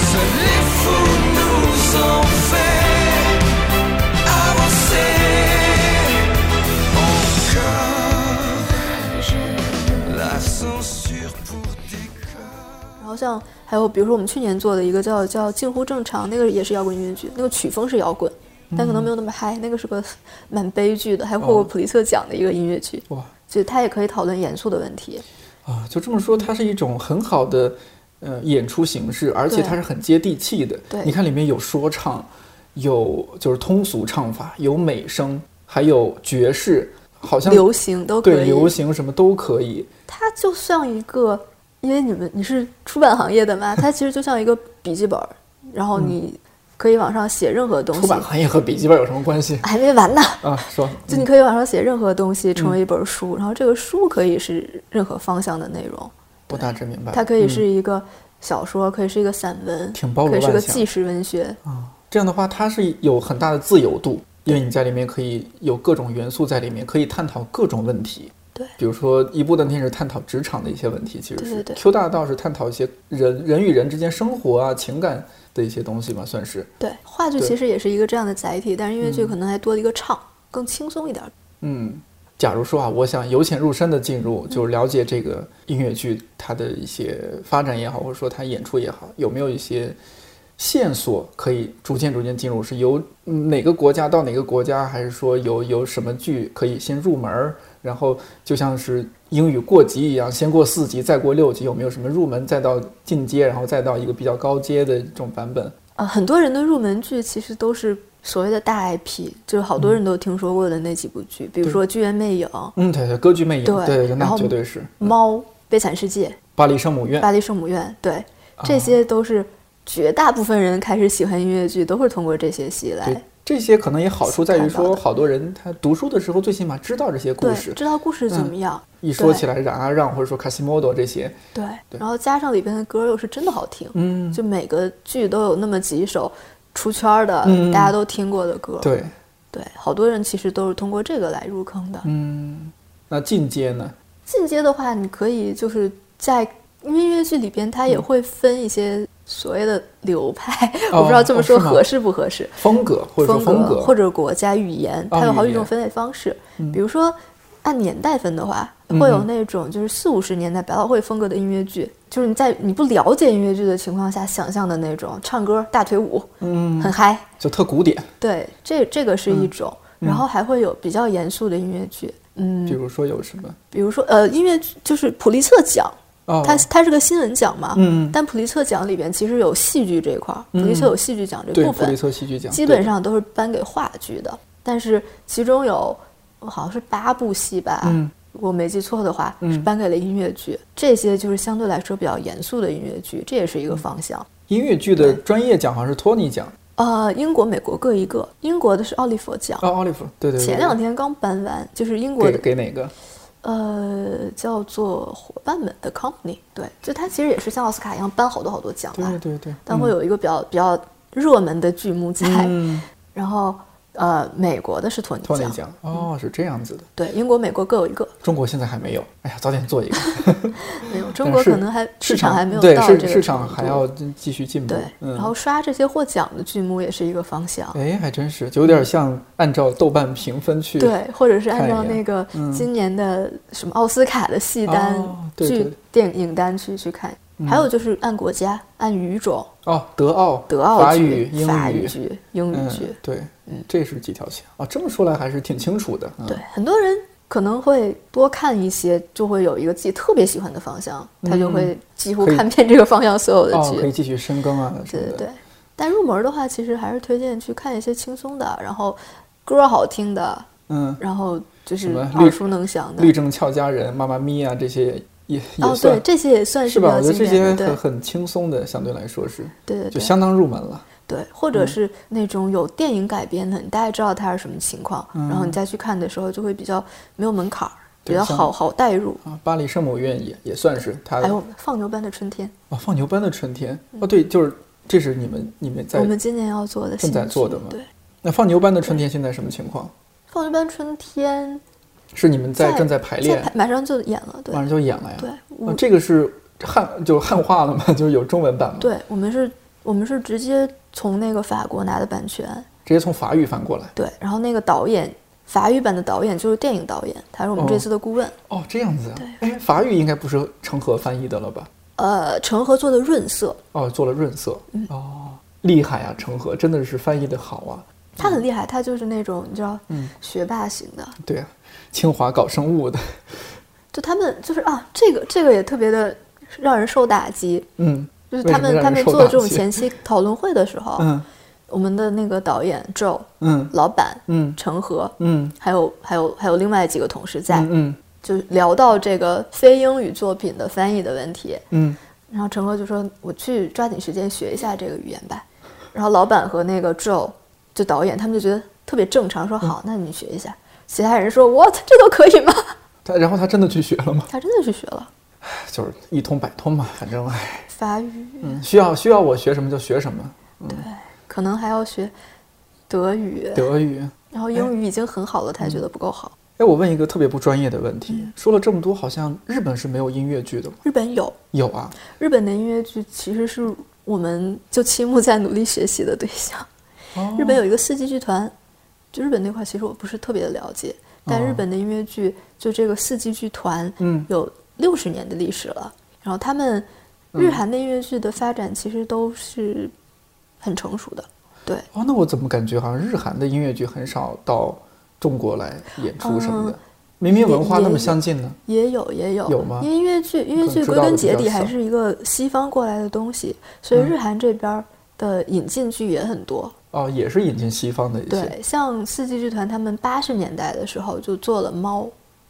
Seuls les fous nous ont fait avancer. Encore la censure pour des corps. 然后像还有比如说我们去年做的一个叫叫近乎正常，那个也是摇滚音乐剧，那个曲风是摇滚，但可能嗯没有那么嗨，那个 是个蛮悲剧的，还获过哦普利策奖的一个音乐剧，哇所以它也可以讨论严肃的问题。啊，就这么说，它是一种很好的呃演出形式，而且对它是很接地气的。对你看里面有说唱，有就是通俗唱法，有美声，还有爵士，好像流行都可哦对流以，行什么都可以。它就像一个，因为你们你是出版行业 的嘛，它其实就像一个笔记本儿，然后你可以往上写任何东嗯出西版，行业和笔记本有什么关系还没完呢，啊？说 就你可以往上写任何东西，成为一本嗯书，然后这个书可以是任何方向的内容，我大致明白了，它可以嗯是一个小说，可以是一个散文，挺包罗可以是个万象嗯纪实文学，这样的话，它是有很大的自由度，因为你在里面可以有各种元素在里面，可以探讨各种问题。对比如说一部当天是探讨职场的一些问题，其实是对对对 Q 大道是探讨一些人人与人之间生活啊、情感的一些东西吧，算是。对，话剧对其实也是一个这样的载体，但是音乐剧可能还多了一个唱，更轻松一点儿。嗯，假如说啊，我想由浅入深的进嗯入，嗯就是了解这个音乐剧它的一些发展也好，或者说它演出也好，有没有一些线索可以逐渐逐渐进入？是由嗯哪个国家到哪个国家，还是说由由什么剧可以先入门儿？然后就像是英语过级一样，先过四级，再过六级，有没有什么入门，再到进阶，然后再到一个比较高阶的这种版本？呃，很多人的入门剧其实都是所谓的大 IP，就是好嗯多人都听说过的那几部剧，比如说《剧院魅影》嗯，对对，歌剧魅影，对对对，然那后绝对是猫》悲惨世界》巴黎圣母院《巴黎圣母院》，对，啊这些都是绝大部分人开始喜欢音乐剧都是通过这些戏对来，这些可能也好处在于看到说，的好多人他读书的时候最起码知道这些故对事。嗯知道故事怎么样，一说对起来，冉阿让或者说卡西莫多这些，对，对然后加上里边的歌又是真的好听，嗯就每个剧都有那么几首出圈儿的、嗯大家都听过的歌，对，对好多人其实都是通过这个来入坑的。嗯，那进阶呢？进阶的话，你可以就是在因为音乐剧里边，它也嗯会分一些所谓的流派，哦我不知道这么哦说是吗合适不合适。风格或者说风风格或者国家语言，哦它有好语几种言嗯分类方式。比如说，按年代分的话，会有那种就是四五十年代百老汇风格的音乐剧，就是你在你不了解音乐剧的情况下想象的那种唱歌、大腿舞，嗯很嗨。就特古典，对，这这个是一种。嗯然后还会有比较严肃的音乐剧，嗯，比如说有什么？比如说呃，音乐剧就是普利策奖，哦，它它是个新闻奖嘛，嗯但普利策奖里边其实有戏剧这一块儿，普利策有戏剧奖这对部普分利，策戏剧奖，基对本上都是颁给话剧的，但是其中有好像是八部戏吧，嗯如果没记错的话，嗯是颁给了音乐剧。这些就是相对来说比较严肃的音乐剧，这也是一嗯个方向。音乐剧的专业奖好像是托尼奖，呃，英国、美国各一个，英国的是奥利弗奖，哦，奥利弗，对对对，前对两天刚颁完，就是英国的给给哪个？呃，叫做伙伴们的 company，对，就它其实也是像奥斯卡一样颁好多好多奖吧，对对嗯对，啊但会有一个比较比较热门的剧目在，嗯，然后呃，美国的是托尼托尼奖，嗯哦，是这样子的，对，英国、美国各有一个，中国现在还没有，哎呀，早点 做一个，没有，中国是可能还市场还没有对到这市个市场程还度要继续进步对，，嗯然后刷这些获奖的剧目也是一个方向，哎，还真是，就有点像按照豆瓣评分去。嗯对，或者是按看一照眼那个嗯今年的什么奥斯卡的戏单、哦对对嗯剧、电影单去去看，还有就是按国家、按语种。哦，德奥、德奥法剧语、英法语、剧、英语嗯剧，，对，这是几条线哦。这么说来还是挺清楚的。嗯、对，，很多人可能会多看一些，就会有一个自己特别喜欢的方向，他就会几嗯乎可以看遍这个方向所有的哦，可以继剧。续深耕啊什对么对的。对，但入门的话，其实还是推荐去看一些轻松的，然后歌好听的，嗯，然后就是么律耳熟能详的律。政俏佳人、妈妈咪呀这些也也哦，对算、，这些也算是比吧？较我觉得经这典些的，很对很轻松的，相对来说是对对就嗯对相当入门了。对，或者是那种有电影改编的，你大概知道它是什么情况，然后你再去看的时候就会比较没有门槛儿，嗯比对较像好好带入。啊，巴黎圣母院也也算是它还有《放牛班的春天》，哦，放牛班的春天哦，对，就是这是你们你们在嗯我们今年要做的正新在做剧的吗对，《那放牛班的春天现在什么情况？放牛班春天》是你们在正在排练在，马上就演了，对马上就演了呀。对哦，我这个是汉就汉化了吗？ 就是有中文版吗？，对，我们是，我们是直接从那个法国拿的版权，直接从法语翻过来。对，然后那个导演，法语版的导演就是电影导演，他是我们这哦次的顾问，哦，这样子啊对。哎，法语应该不是成河翻译的了吧？呃，成河做的润色，哦，做了润色。嗯哦，厉害啊，成河真的是翻译的好啊。他很厉害，他就是那种你知道，嗯学霸型的，对啊，清华搞生物的。 就他们就是啊，这个这个也特别的让人受打击，嗯就是为他什么们让他人们受做打这种击前期讨论会的时候，嗯我们的那个导演 Joe 嗯老板，嗯成河，嗯还有还有还有另外几个同事在，嗯嗯就聊到这个非英语作品的翻译的问题，嗯，然后陈哥就说：“我去抓紧时间学一下这个语言吧。”然后老板和那个 Joe 就导演他们就觉得特别正常，说：“嗯好，那你学一下。”其他人说：“What？这都可以吗他然后他真的去学了吗？？” 他真的去学了就是一通百通嘛，反正哎，法语，嗯需要需要我学什么就学什么。可能还要学德语，德语。然后英语已经很好了，他还觉得不够好。哎，我问一个特别不专业的问题，嗯说了这么多，好像日本是没有音乐剧的吗？日本有有啊，日本的音乐剧，其实是我们就期末在努力学习的对象。哦日本有一个四季剧团，就日本那块其实我不是特别的了解，但日本的音乐剧就这个四季剧团，哦嗯有六十年的历史了。然后他们日韩的音乐剧的发展其实都是很成熟的，对，哦，那我怎么感觉好像日韩的音乐剧很少到中国来演出什么的？嗯明明文化也那么也相近呢？也有也有有吗因为音乐剧音乐剧知归道的根比结较底还少是一个西方过来的东西，所以日韩这边儿的引进剧也很多。哦，也是引进西方的一些。对，像四季剧团，他们八十年代的时候就做了猫，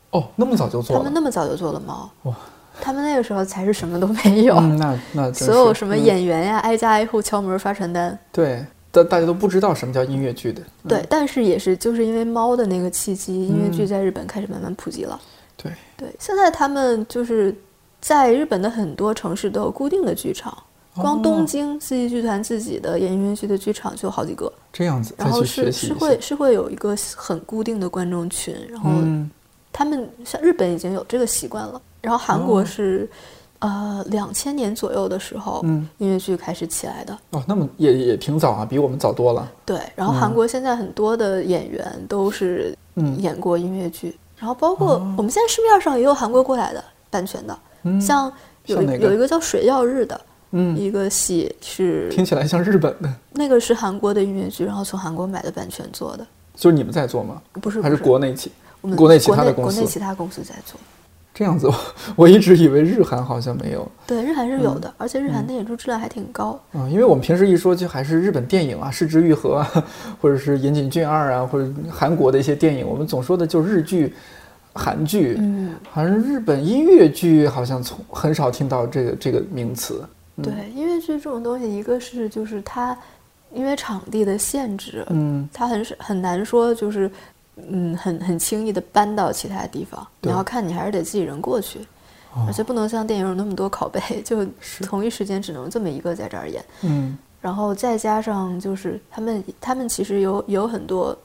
哦，那么早就他做们了那么早就做了猫，哇！他们那个时候才是什么都没有，嗯，那那真 所有是什么嗯演员呀、挨家挨户敲门发传单，对，大大家都不知道什么叫音乐剧的，嗯对，但是也是就是因为猫的那个契机，音乐剧嗯在日本开始慢慢普及了。对，对，现在他们就是在日本的很多城市都有固定的剧场，哦光东京四季剧团自己的演音乐剧的剧场就有好几个，这样子然再后去是学习是一会下，是会有一个很固定的观众群，然后嗯，他们像日本已经有这个习惯了，然后韩哦国是、呃两千年左右的时候、嗯音乐剧开始起来的，哦，那么也也挺早啊，比我们早多了，对，然后韩国现在很多的演员都是嗯哦演过音乐剧，然后包括我们现在市面上也有韩国过来的版权的，嗯像有像一哪个有一个叫《水曜日》的嗯，一个戏是听起来像日本的，那个是韩国的音乐剧，然后从韩国买的版权做的，就是你们在做吗？不是还不是是国内起？我们国内其国他内的公国内司其他公司在做。这样子， 我我一直以为日韩好像没有，对，日韩是有的，而且日韩的演出质量还挺高。嗯，因为我们平时一说就还是日本电影啊，《失之愈合》啊， 或者是岩井俊二啊，或者韩国的一些电影，我们总说的就是日剧、韩剧，嗯，好像日本音乐剧好像从很少听到这个这个名词。对，音乐剧这种东西，一个是就是它因为场地的限制，嗯，它很是很难说就是嗯很很轻易的搬到其他地方，你对哦要看你还是得自己人过去。而且不能像电影有那么多拷贝，就是同一时间只能这么一个在这儿演。嗯，然后再加上就是他们他们其实有有很多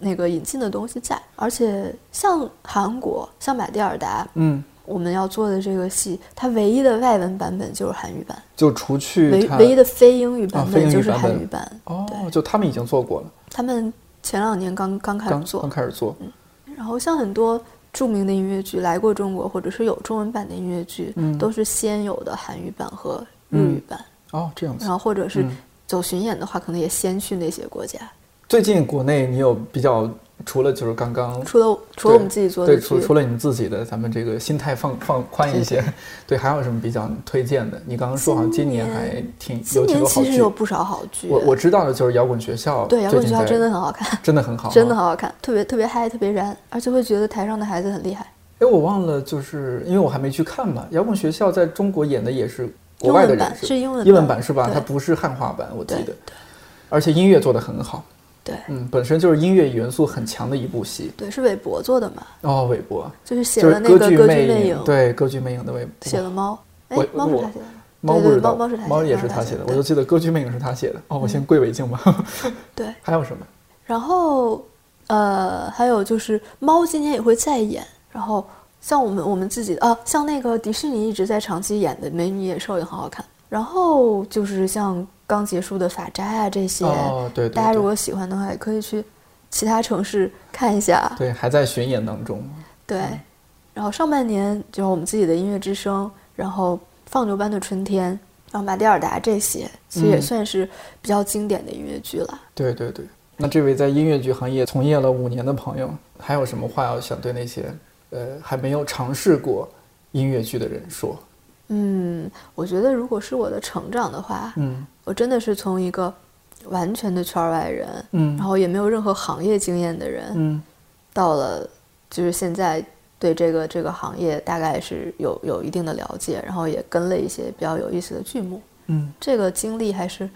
那个引进的东西在，而且像韩国像马蒂尔达，嗯，我们要做的这个戏，它唯一的外文版本就是韩语版，就除去唯它啊唯一的非英语版非英本语就是版韩本语版。哦，对就他们已经做过了，他们前两年刚刚开始刚刚做，嗯开始做，然后像很多著名的音乐剧来过中国，或者是有中文版的音乐剧，嗯都是先有的韩语版和日语版，哦，这样子然。后或者是嗯走巡演的话，可能也先去那些国家。最近国内你有比较，除了就是刚刚除了除了我们自己做的对，剧，除除了你们自己的，咱们这个心态放 放宽一些，对，还有什么比较推荐的？你刚刚说好像今今年年还挺今有挺年多好其实剧有，不少好剧，我我知道的就是摇滚学校，对摇滚学校真的很很好看，真的很 好啊，真的很好看，特别特别嗨，特别燃，而且会觉得台上的孩子很厉害。哎，我忘了，就是因为我还没去看嘛，摇滚学校在中国演的也是国外的英文版人是英文版英文版是吧？对它不是汉化版，我记对得对，而且音乐做的很好，对嗯，本身就是音乐元素很强的一部戏。对，是韦伯做的嘛，哦，韦伯就是写就是了那个《歌剧剧魅魅影》，对，歌剧魅影的韦伯，写了猫，哎我，猫是我他写的吗，猫不对知对，猫道，猫是他写的，嗯也猫是他写的，我对就记得《歌剧魅影》是他写的。哦，我先跪为敬吧。 对。还有什 么？然后呃，还有就是猫今年也会再演，然后像我们我们自己的啊，像那个迪士尼一直在长期演的《美女与野兽》也很好看。然后就是像刚结束的《法扎》呀这些，哦，对对大家如对，果喜欢的话，也可以去其他城市看一下。对，还在巡演当中。对，然后上半年就是我们自己的音乐之声，然后放牛班的春天，然后马蒂尔达这些，其实也嗯算是比较经典的音乐剧了。对对对。那这位在音乐剧行业从业了五年的朋友，还有什么话要想对那些呃还没有尝试过音乐剧的人说？嗯，我觉得如果是我的成长的话，嗯我真的是从一个完全的圈外人，嗯然后也没有任何行业经验的人，嗯到了就是现在对这个这个行业大概是有有一定的了解，然后也跟了一些比较有意思的剧目，嗯，这个经历还是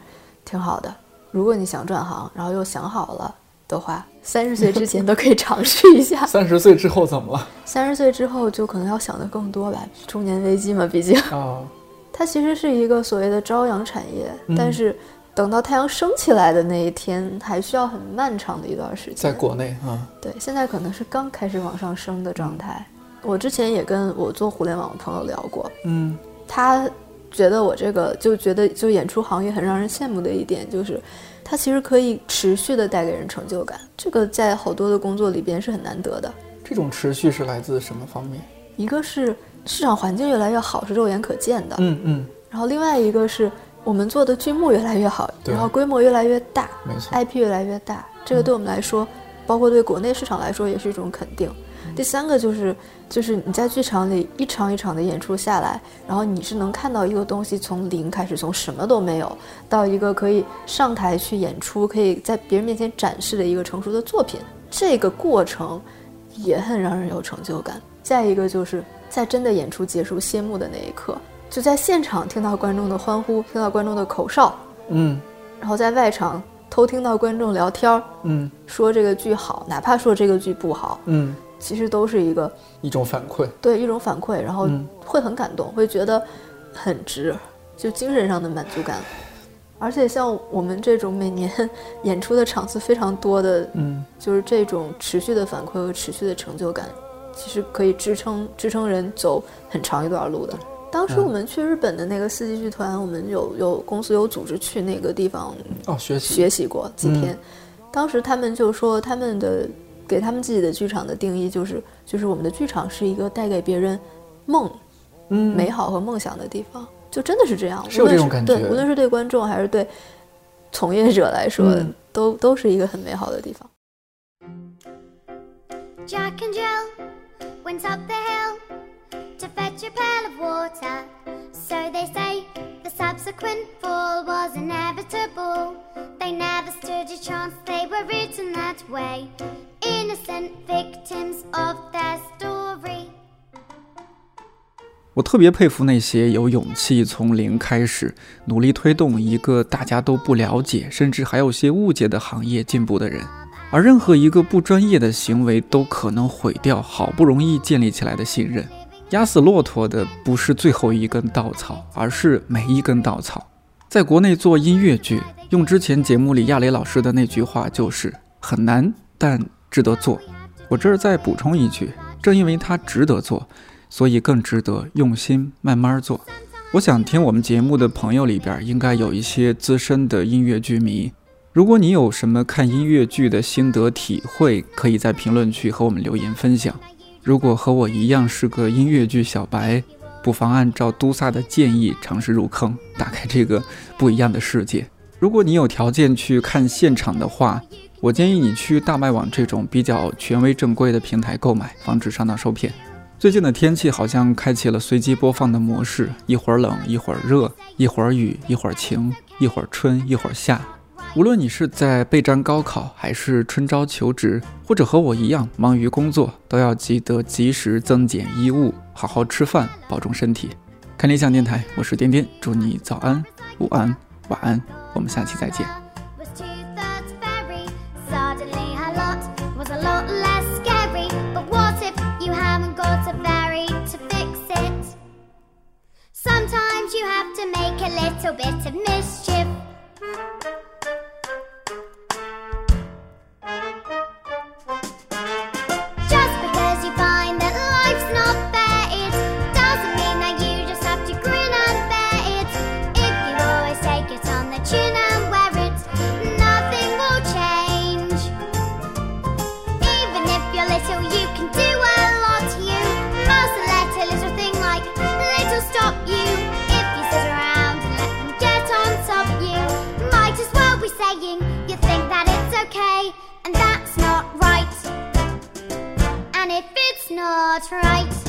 挺好的。如果你想转行，然后又想好了的话，三十岁之前都可以尝试一下 ，三十岁之后怎 么了？三十岁之后就可能要想的更多吧，中年危机嘛，毕竟。啊、它其实是一个所谓的朝阳产业，嗯但是等到太阳升起来的那一天，还需要很漫长的一段时在间。国内啊，对，现在可能是刚开始往上升的嗯状态。我之前也跟我做互联网的朋友聊过，嗯他觉得我这个就觉得就演出行业很让人羡慕的一点就是，它其实可以持续的带给人成就感，这个在好多的工作里边是很难得的。这种持续是来自什么方面？一个是市场环境越来越好，是肉眼可见的，嗯嗯，然后另外一个是我们做的剧目越来越好，对然后规模越来越大没错。 ，IP 越来越大，这个对我们来说，包括对国内市场来说也是一种肯定。第三个就是，就是你在剧场里一场一场的演出下来，然后你是能看到一个东西从零开始，从什么都没有到一个可以上台去演出，可以在别人面前展示的一个成熟的作品，这个过程也很让人有成就感。再一个就是在真的演出结束谢幕的那一刻，就在现场听到观众的欢呼，听到观众的口哨，嗯然后在外场偷听到观众聊天儿，嗯说这个剧好，哪怕说这个剧不好，嗯，其实都是一个一种反馈，对一种反馈，然后嗯会很感动，会觉得很值，就精神上的满足感。而且像我们这种每年演出的场次非常多的，嗯就是这种持续的反馈和持续的成就感，其实可以支撑支撑人走很长一段路的。当嗯时我们去日本的那个四季剧团，我们有有公司有组织去那个地方哦，学习，学习过几嗯天。当时他们就说，他们的给他们自己的剧场的定义就是，就是我们的剧场是一个带给别人梦、嗯，美好和梦想的地方，就真的是这样。是有无论这种感觉对，无论是对观众还是对从业者来说，嗯都都是一个很美好的地方。 Jack and Jill went up the hill to fetch a pail of water. So they say the subsequent fall was inevitable. They never stood a chance, they were written that way. Innocent victims of their story. 我特别佩服那些有勇气从零开始，努力推动一个大家都不了解，甚至还有些误解的行业进步的人。而任何一个不专业的行为都可能毁掉好不容易建立起来的信任。压死骆驼的不是最后一根稻草，而是每一根稻草。在国内做音乐剧，用之前节目里亚雷老师的那句话就是很难，但值得做。我这儿再补充一句，正因为它值得做，所以更值得用心慢慢做。我想听我们节目的朋友里边，应该有一些资深的音乐剧迷。如果你有什么看音乐剧的心得体会，可以在评论区和我们留言分享。如果和我一样是个音乐剧小白，不妨按照都萨的建议尝试入坑，打开这个不一样的世界。如果你有条件去看现场的话，我建议你去大麦网这种比较权威正规的平台购买，防止上当受骗。最近的天气好像开启了随机播放的模式，一会儿冷，一会儿热，一会儿雨，一会儿晴，一会儿春，一会儿夏。无论你是在备战高考，还是春招求职，或者和我一样忙于工作，都要记得及时增减衣物，好好吃饭，保重身体。看理想电台，我是颠颠，祝你早安、午安、晚安，我们下期再见。 was two-thirds fairy. Suddenly her lot was a lot less scary. But what if you haven't got a fairy to fix it? Sometimes you have to make a little bit of mischief. Just because you find that life's not fair, it doesn't mean that you just have to grin and bear it. If you always take it on the chin and wear it, nothing will change. Even if you're little, you can do a lot. You mustn't let a little thing like little stop you. If you sit around and let them get on top you, might as well be saying you think that it's okay, and that's not right. And if it's not right,